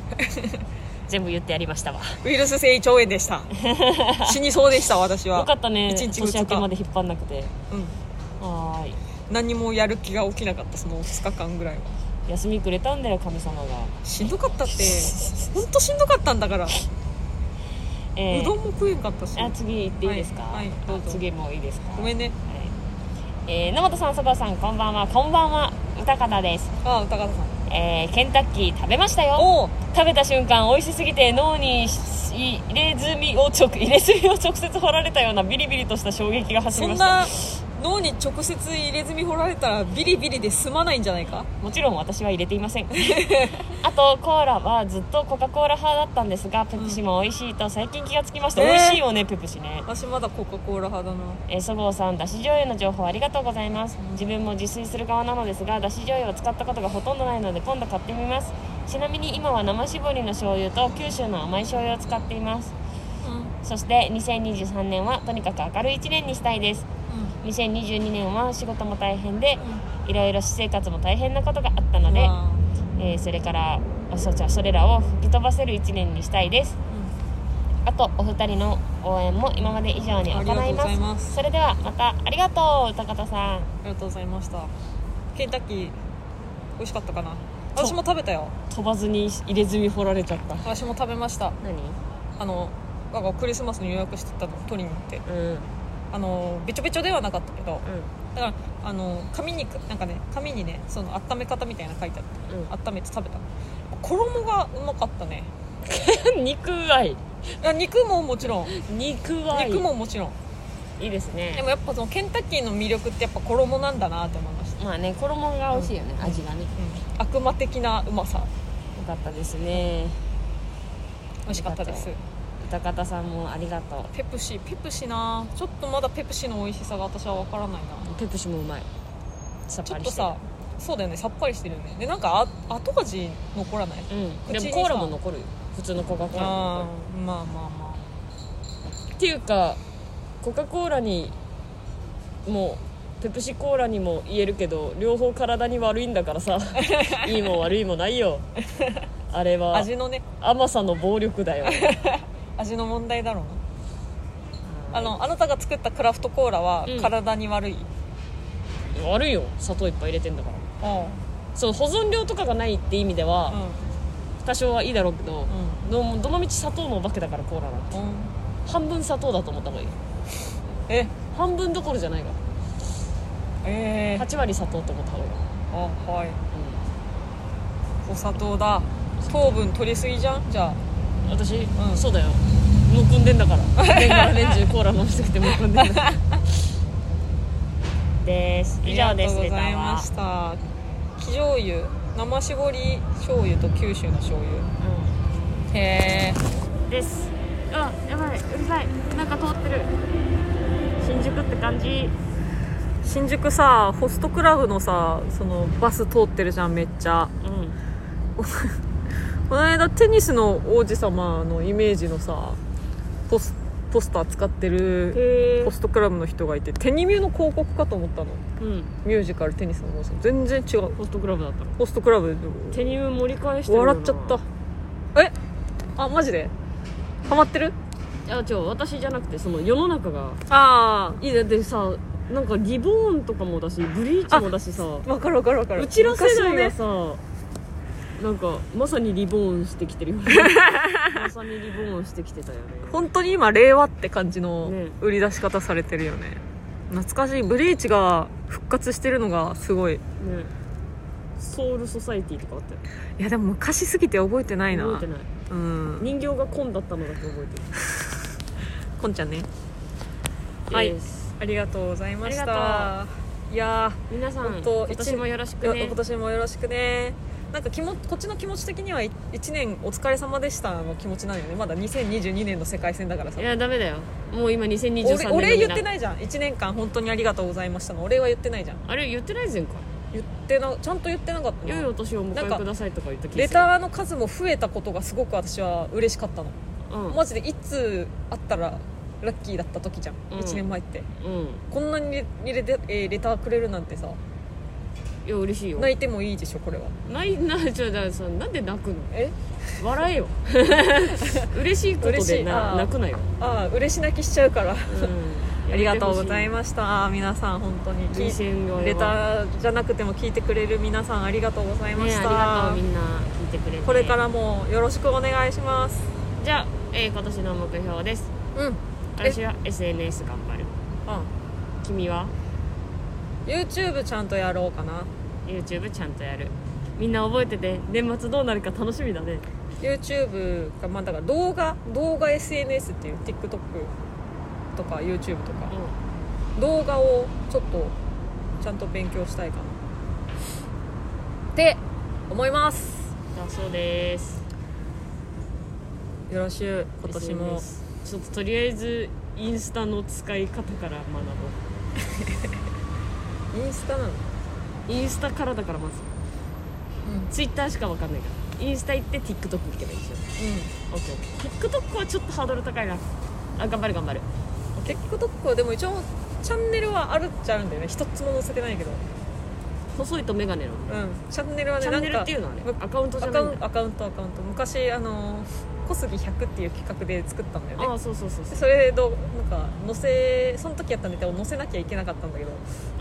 全部言ってやりましたわ
ウイルス性胃腸炎でした 死にそうでした私は
よかったね
一日二日
年明けまで引っ張んなくて
うん、
はーい
何もやる気が起きなかったその2日間ぐらいは
休みくれたんだよ神様が、
しんどかったってほんとしんどかったんだから、
えー
うどんも食えんかったし
あ次行っていいですか、
はいはいどうぞ
次もういいですか
ごめんね
はいえー野本さんそばさんこんばんはこんばんは歌方です、
ああ高田さん
えーケンタッキー食べましたよ
おお
食べた瞬間美味しすぎて脳に入れ墨を直入れ墨を直接掘られたようなビリビリとした衝撃が走り
そ
ま
ん
した
な脳に直接入れ墨掘られたらビリビリで済まないんじゃないか
もちろん私は入れていません あとコーラはずっとコカ・コーラ派だったんですがペプシも美味しいと最近気がつきました、
えー
美味しいよねペプシね
私まだコカ・コーラ派だな
えーそごうさんだし醤油の情報ありがとうございます自分も自炊する側なのですがだし醤油を使ったことがほとんどないので今度買ってみますちなみに今は生搾りの醤油と九州の甘い醤油を使っていますそして2023年はとにかく明るい1年にしたいです2022年は仕事も大変でいろいろ私生活も大変なことがあったので、
ま
えーそれからあそうじゃあそれらを吹き飛ばせる1年にしたいですあとお二人の応援も今まで以上に行い
ありがとうご
ま
ざ
す
います
それではまたありがとう歌方さん
あありがとうございましたケンタッキー美味しかったかな私も食べたよ
飛ばずに入れ墨掘られちゃった
私も食べました
何
あの我がクリスマスに予約してたの取りに行って
うんうん
あのべちょべちょではなかったけどだからあの紙にくなんかね紙にねその温め方みたいなの書いてあって温めて食べた衣がうまかったね
うん肉愛
いや肉ももちろん
肉愛
肉ももちろん
いいです
で
ね
もやっぱそのケンタッキーの魅力ってやっぱ衣なんだなって思いました、
まあね衣が美味しいよね、味がねよ
うん、悪魔的なうまさ
かったですね
美味しかったです
よ歌方さんもありがとう
ペプシペプシなちょっとまだペプシの美味しさが私は分からないな
ペプシもうまいさっ
ちょ
ぱ
っ
り
と
して
さそうだよねさっぱりしてるよねでなんかあ後味残らない
うん
口
で
にさ
もコーラも残るよ普通のコカ・コーラも
あ
残
ーまあまあま
るっていうかコカ・コーラにもう
ペプシコーラにも言えるけど両方体に悪いんだから さいいも悪いもないよあれは
味のね
甘さの暴力だよ
味の問題だろう なあのあなたが作ったクラフトコーラは
うん
体に悪い、
悪いよ砂糖いっぱい入れてんだから
うんうん
そう保存量とかがないって意味では、多少はいいだろうけど、どうもどのみち砂糖のお化けだからコーラなんて
うんうん
半分砂糖だと思った方がいい
え
半分どころじゃないから
えー、
8割砂糖って思った方がいい、
あはいお砂糖だ糖分取りすぎじゃんじゃあ
うん、私、
うん
そうだよむくんでんだ から年がら年中コーラ飲みすぎてむくんでんだです以上です
ありがとうございま
ネ
した生醤油生搾り醤油と九州の醤油
タは
へえ
うんです
あやばいうるさいなんか通ってる新宿って感じ
新宿さホストクラブのさそのバス通ってるじゃんめっちゃ
うん
この間テニスの王子様のイメージのさポスポスター使ってる
へ
ホストクラブの人がいてテニミューの広告かと思ったの
うん
ミュージカルテニスの王子様全然違う
ホストクラブだったの
ホストクラブ
手に盛り返してるよな
笑っちゃったえあマジでハマってる
いや違う私じゃなくてその世の中が
あ
いやだってさなんかリボーンとかもだしブリーチもだしさ
あわかるわかるわかる
うちら世
昔の
代が
ね
さ、なんかまさにリボーンしてきてるよね まさにリボーンしてきてたよね
本当に今令和って感じの
ね
売り出し方されてるよね懐かしいブリーチが復活してるのがすごい
ねソウルソサイティとかあったよ
いやでも昔すぎて覚えてないな
覚えてない
うん
人形が紺だったのだけ覚え
こんちゃんね
てる
はい
です
ありがとうございました
あ
いや
皆さん
本当
今年もよろし
ー
く
いや
ね
今年もよろしくねなんか気もこっちの気持ち的には1年お疲れ様でしたの気持ちなのよねまだ2022年の世界戦だからさ
いやダメだよもう今2023年
俺
の
俺
みん
言ってないじゃん1年間本当にありがとうございましたの俺は言ってないじゃん
あれ言ってないぜんか
言ってなちゃんと言ってなかった
良い
の
お年をお迎えくださいとか言った気が
レ
する
ターの数も増えたことがすごく私は嬉しかったの
うん
マジでいつあったらラッキーだった時じゃん、
うん
1年前って
うん
こんなにレレえーレターくれるなんてさ
いや嬉しいよ
泣いてもいいでしょこれは
ないなちょだからさなんで泣くの
え
笑え よ嬉しいこと
嬉し
で
い
な
あー
泣くなよ、
ああ嬉し泣きしちゃうから
うん
ありがとうござい
ま
ました皆さん本当に聞い
人生の
レターじゃなくても聞いてくれる皆さんありがとうございま
ね
し
あり
た、
がとうみんな聞いてくれて
これからもよろしくお願いします
じゃあ、えー今年の目標です
うんえ
私は SNS 頑張る
あ
君は
YouTube ちゃんとやろうかな
YouTube ちゃんとやるみんな覚えてて年末どうなるか楽しみだね
YouTube がまあだから動画動画 SNS っていう TikTok とか YouTube とか
う
動画をちょっとちゃんと勉強したいかなって思います
んだそうです
よろしゅう今年も
SNS ちょっととりあえずインスタの使い方から学ぼ
インスタなの
うインスタからだからまず
うん
ツイッターしかわかんないからインスタ行って TikTok 行けばいいでしょオッケーオッケー TikTok はちょっとハードル高いなあ頑張る頑張る
TikTok はでも一応チャンネルはあるっちゃあるんだよね一つも載せてないけど
細いと眼鏡の
うんチャンネルはね
チャンネルっていううのはねアカウントじ
ア
ゃ
カ
ない
ウ
ん
ン
だ
アカウントアカウント昔あの小杉100っていう企画で作ったんだよね
ああそうそうそう
で
そ
それどなんか載せその時やったんだけど載せなきゃいけなかったんだけど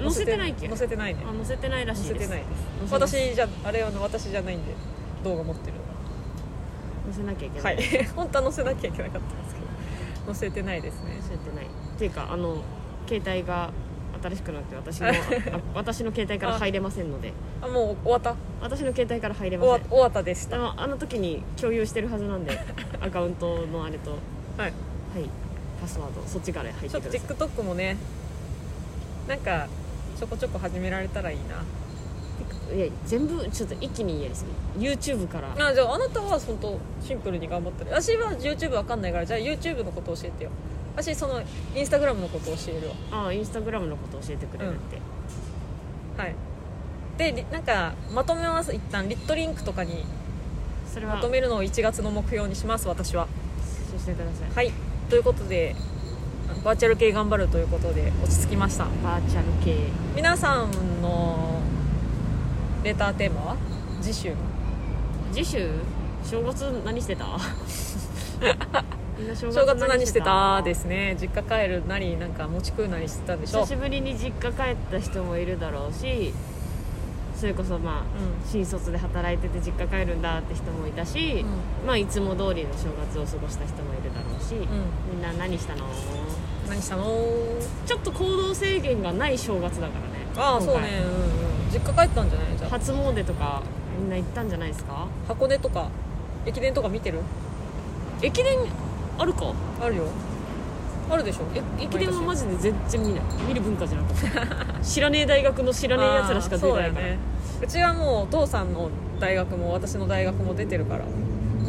う載せてないっけ
載せてないね
あ載せてないらし
載
い
せ
です
てないです
載せます
私じゃあれは私じゃないんで動画持ってる
載せなきゃいけな、
はいい 本当は載せなきゃいけなかったんですけど載せてないですね
載せてないっていうかあの携帯が新しくなって私 のあ私の携帯から入れませんので
あもう終わった
私の携帯から入れ
終
ま
わ
せん
終わったでし
で
たは
もあの時に共有してるはず なんでアカウントのあれとはいパスワードそっちから入っ
ちょ
て
っと
ください
TikTok もねなんかちょこちょこ始められたらいいない
や全部ちょっと一気にやりすぎ YouTube から
あじゃああなたは本当シンプルに頑張ってる私は YouTube わかんないからじゃあ YouTube のこと教えてよ私その Instagram のこと教えるわ
ああインスタグラムのこと教えてくれるって、
はいでりなんかまとめます一旦リットリンクとかに
それ
ま
は
とめるのを1月の目標にします私は
そうしてください
はいということでバーチャル系頑張るということで落ち着きました
バーチャル系
皆さんのレターテーマは次週の
次週正月何して たみんな正
正月何してたですね実家帰るなりなんか餅食うなりしてたんでしょ
久しぶりに実家帰った人もいるだろうしそれこそまあ
う
新卒で働いてて実家帰るんだって人もいたし、まあいつも通りの正月を過ごした人もいるだろうし、
ん、うん
みんな何したの
何したの
ちょっと行動制限がない正月だからね
ああ
今
そう
回
ね、うんうん、実家帰ったんじゃないじゃあ
初詣とかみんな行ったんじゃないですか
箱根とか駅伝とか見てる
駅伝あるか
あるよあるでしょえ
駅伝はマ
ジ
ジで全然見ない見る文化じゃなか った知らねえ大学の知らねえやつらしか出ないから、
ね、うちはもうお父さんの大学も私の大学も出てるから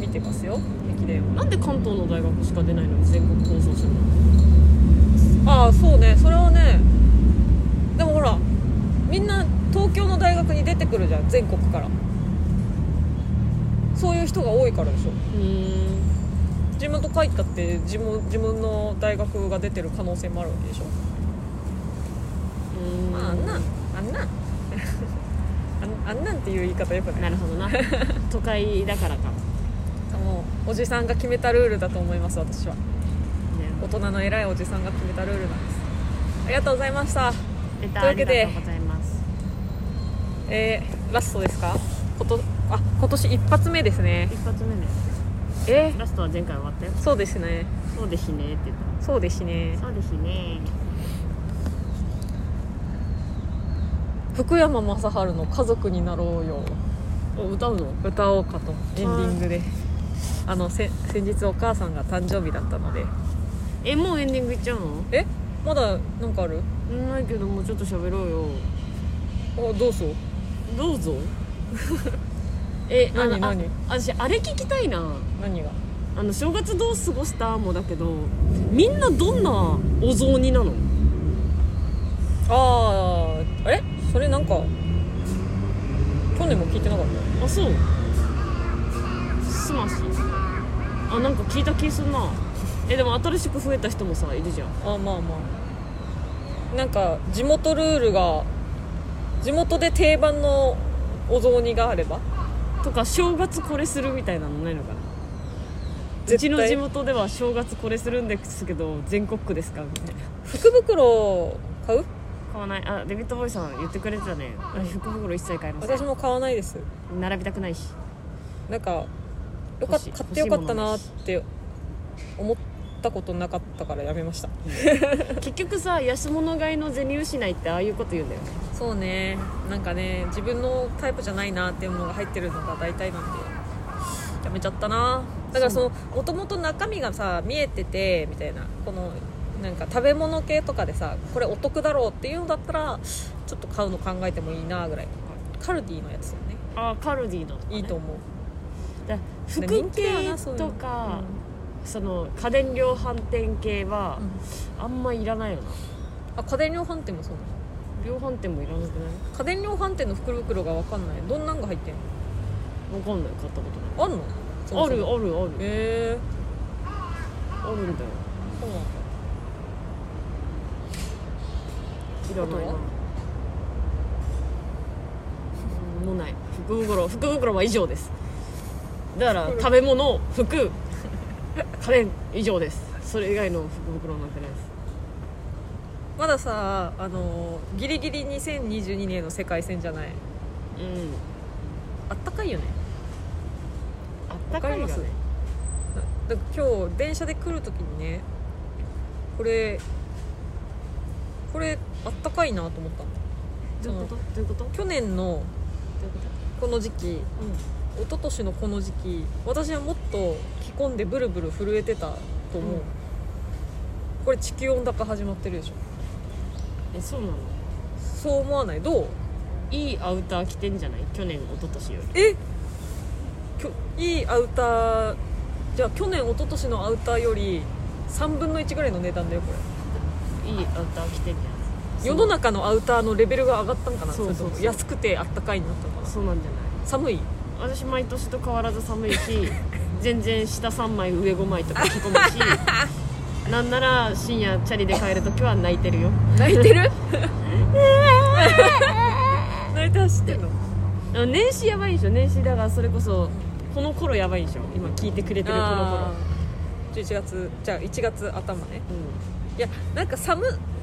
見てますよ駅伝は
なんで関東の大学しか出ないのに全国放送するの
ああそうねそれはねでもほらみんな東京の大学に出てくるじゃん全国からそういう人が多いからでしょ
うん
地元帰ったって自分自分の大学が出てる可能性もあるわけでしょまあ、あんなあんな あんあんなんっていう言い方よくない
なるほ どな都会だからか
もうおじさんが決めたルールだと思います私は大
ね
人の偉いおじさんが決めたルールなんですありがとうございました
レター
という
あ
わけ
り
で
がとうございます
えー、ラストですかことあ今年一発目ですね
一発目ね
え
ラストは前回終わったよ
ー、そうですね
そうですねって言っ
そうですね
たそうですね
福山雅治の「家族になろうよ
お歌うの」
歌おうかとエンディングであのせ先日お母さんが誕生日だったので
えもうエンディングいっちゃうの
えまだなんかある
うんないけどもうちょっと喋ろうよ
あどうぞ
どうぞ えあの
何何
あ私あれ聞きたいな
何が
あの正月どう過ごしたもだけどみんなどんなお雑煮なの
あああれそれなんか去年も聞いてなかっ
あそうすましあなんか聞いた気すんなえでも新しく増えた人もさいるじゃん
たあーまあまあなんか地元ルールが地元で定番のお雑煮があれば
とか正月これするみたいなのないのかなうち
絶対
の地元では正月これするんですけど全国区ですかみた いな
福袋買う
買わないあデビッド・ボーイさん言ってくれてたね私福袋一切買いません
私も買わないです
並びたくないし
なんかよかっ
欲しい
買ってよかったなって思ったことなかったからやめました
結局さ安物買いの銭失いってああいうこと言うんだよね
そうねなんかね自分のタイプじゃないなっていうものが入ってるのが大体なんでやめちゃったなだからそのもともと中身がさ見えててみたいなこのなんか食べ物系とかでさこれお得だろうっていうのだったらちょっと買うの考えてもいいなぐらいカルディのやつよね
ああカルディのとかね
いいと思う
だ
で
服
人気だよ
系
なそういうの
とかその家電量販店系は
うん
あんまいらないよな
あ家電量販店もそうなの
量販店もいらなくない
家電量販店の福袋が分かんないどんなんが入ってん
わかんない買ったこ
のあんのそ
とない
も
あ
そ
るあ
も
るある
へえ
あるんだよ
そうなんだ
いらないな
あとは
うんもうない福袋福袋は以上ですだから食べ物服家電以上ですそれ以外の福袋なんてないです
まださあのギリギリ2022年の世界戦じゃない
うん
あったかいよね
あったかいよ
わ
ね
かりますだから今日電車で来る時にねこれこれあったかいなと思ったの
どういうことどういうことど
去年の
ういうこ
この時期
とうん
一昨年のこの時期私はもっと着込んでブルブル震えてたと思う、
うん
これ地球温暖化始まってるでしょ
えそうなの
そう思わないどう
いいアウター着てんじゃない去年一昨年より
えきょいいアウターじゃあ去年一昨年のアウターより3分の1ぐらいの値段だよこれ
いいアウター着てんじゃない
世の中のアウターのレベルが上がったんかな
そうそうそう
れとも安くてあったかいになったのかな
そうなんじゃない
寒い
私毎年 と変わらず寒いし全然下3枚上5枚とか着込むし なんなら深夜チャリで帰る時は泣いてるよ
泣い てる
泣いて走ってんのでも年始やばいんでしょ年始だからそれこそこの頃やばいんでしょ今聞いてくれてるこの頃
あー11月じゃあ1月頭ねいやなんか寒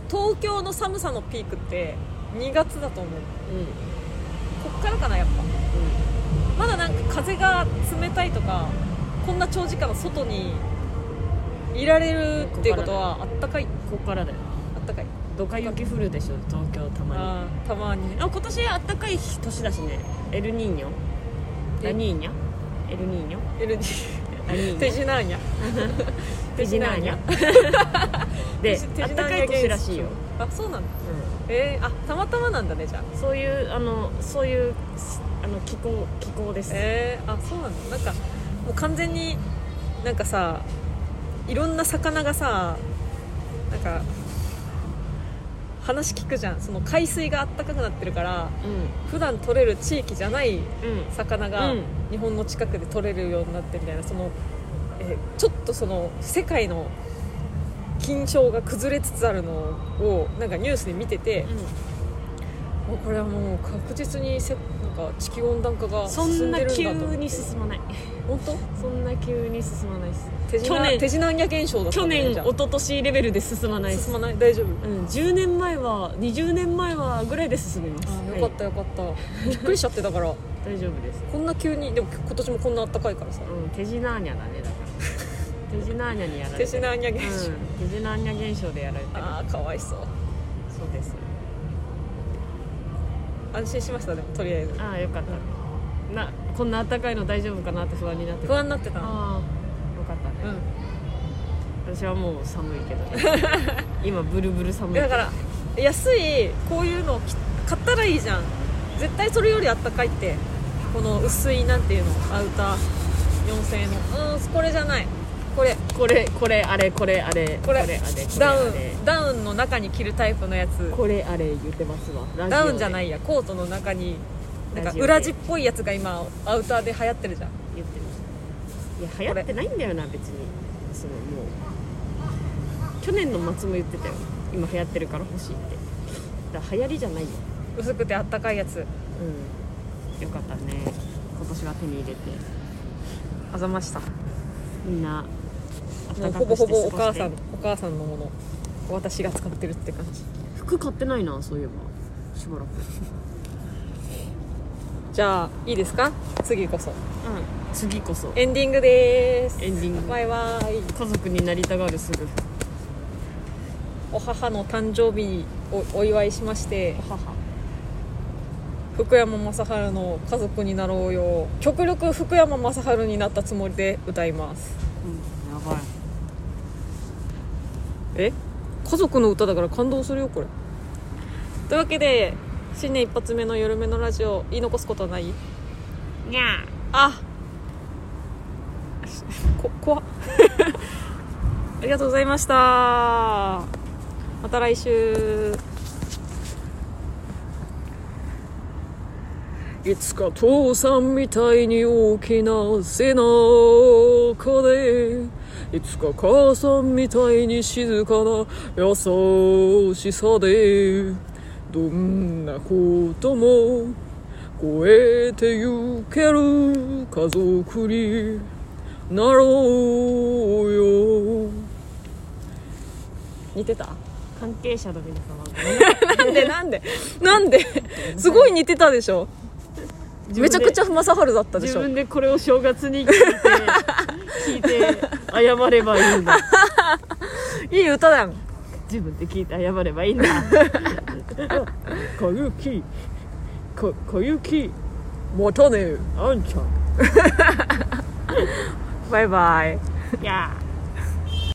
東京の寒さのピークって2月だと思う
うんうん
こっからかなやっぱまだなんか風が冷たいとかこんな長時間外にいられるっていうことはあったかい
こっからだよ
あったかい
どか雪降るでしょ東京たま
あーたまにね
にあ今年あったかい年だしねエルニーニョ
え
ラニーニャエルニーニョ
LD
ラニーニ
手
ャ
品なんや
テジナーニャ で
手
あ
品
っ
なん
たか
や
い年らしいよ、
あそうなんだえー、あたまたまなんだねじゃあ
うんそういうあのそういうあの気候気候です、
えー、あそうなんだなんかもう完全になんかさいろんな魚がさなんか話聞くじゃんその海水があったかくなってるから普段取れる地域じゃない
うんうん
魚が
うん
日本の近くで取れるようになってみたいなその、えーちょっとその世界の緊張が崩れつつあるのをなんかニュースで見てて、もうこれはもう確実にせなんか地球温暖化が
そ
進
ん
んで
な
るんだと
急
思って
に進まない
本当
そんな急に進まないです
手品
去年
手品や現象だった
去
んだね
年
じゃ
一
あ
昨年レベルで進まないです
進まない大丈夫
うん、10年前は20年前はぐらいで進みます
あーよかったよかった、びっくりしちゃってだから
はい大丈夫です、
こんな急にでも今年もこんなあったかいからさ
うん、手品ーニャだねだから 手品ーニャにやられて
手品や現
うん、
象、
手品ーニャ現象でやられてる
ああかわいそう
そうです
安心しましたねとりあえず
ああよかった、なこんな暖かいの大丈夫かなって不安になって
不安になってたの
ああよかったね、
う
私はもう寒いけ どね今ブルブル寒
ん
い
だから安いこういうのをき買ったらいいじゃん絶対それよりあったかいってこの薄いなんていうのアウター4000円のうんこれじゃないこれ
これこれあれこれあれ
これ
あれこれ
ダウ
あれ
ンダウンの中に着るタイプのやつ
これあれ言ってますわラジオで
ダウンじゃないやコートの中になん
ラ
か
ジオで
裏地っぽいやつが今アウターで流行ってるじゃん
言ってますいや流行ってないんだよな別にそのもう去年の末も言ってたよ今流行ってるから欲しいってだから流行りじゃないよ
薄くてあったかいやつ
うんよかったね今年は手に入れて
あざました
みんな
もう
暖か
ほぼ
くして
ほぼ
過ご
お
して
母さんお母さんのもの私が使ってるって感じ
服買ってないなそういえばしばらく
じゃあいいですか次こそ
うん次こそ
エンディングでーす
エンディング
バイバイ
家族になりたがるすぐ
お母の誕生日をお祝いしまして
母
福山雅治の「家族になろうよ」極力福山雅治になったつもりで歌います
うんやばい
え家族の歌だから感動するよこれというわけで新年一発目の「夜めのラジオ」言い残すことはない
にゃ
あこ怖 っありがとうございましたまた来週
いつか父さんみたいに大きな背中でいつか母さんみたいに静かな優しさでどんなことも超えてゆける家族になろうよ
似てた
関係者の皆様ごめん
なんでなんでなんですごい似てたでしょめちゃくちゃマサハルだったでし
自
ょ
分でこれを正月に聞いて聞いて謝ればいいんだ
いい歌だん
自分で聞いて謝ればいいんだ
小雪こ小雪
またね
あんちゃん
バイバイ
いやー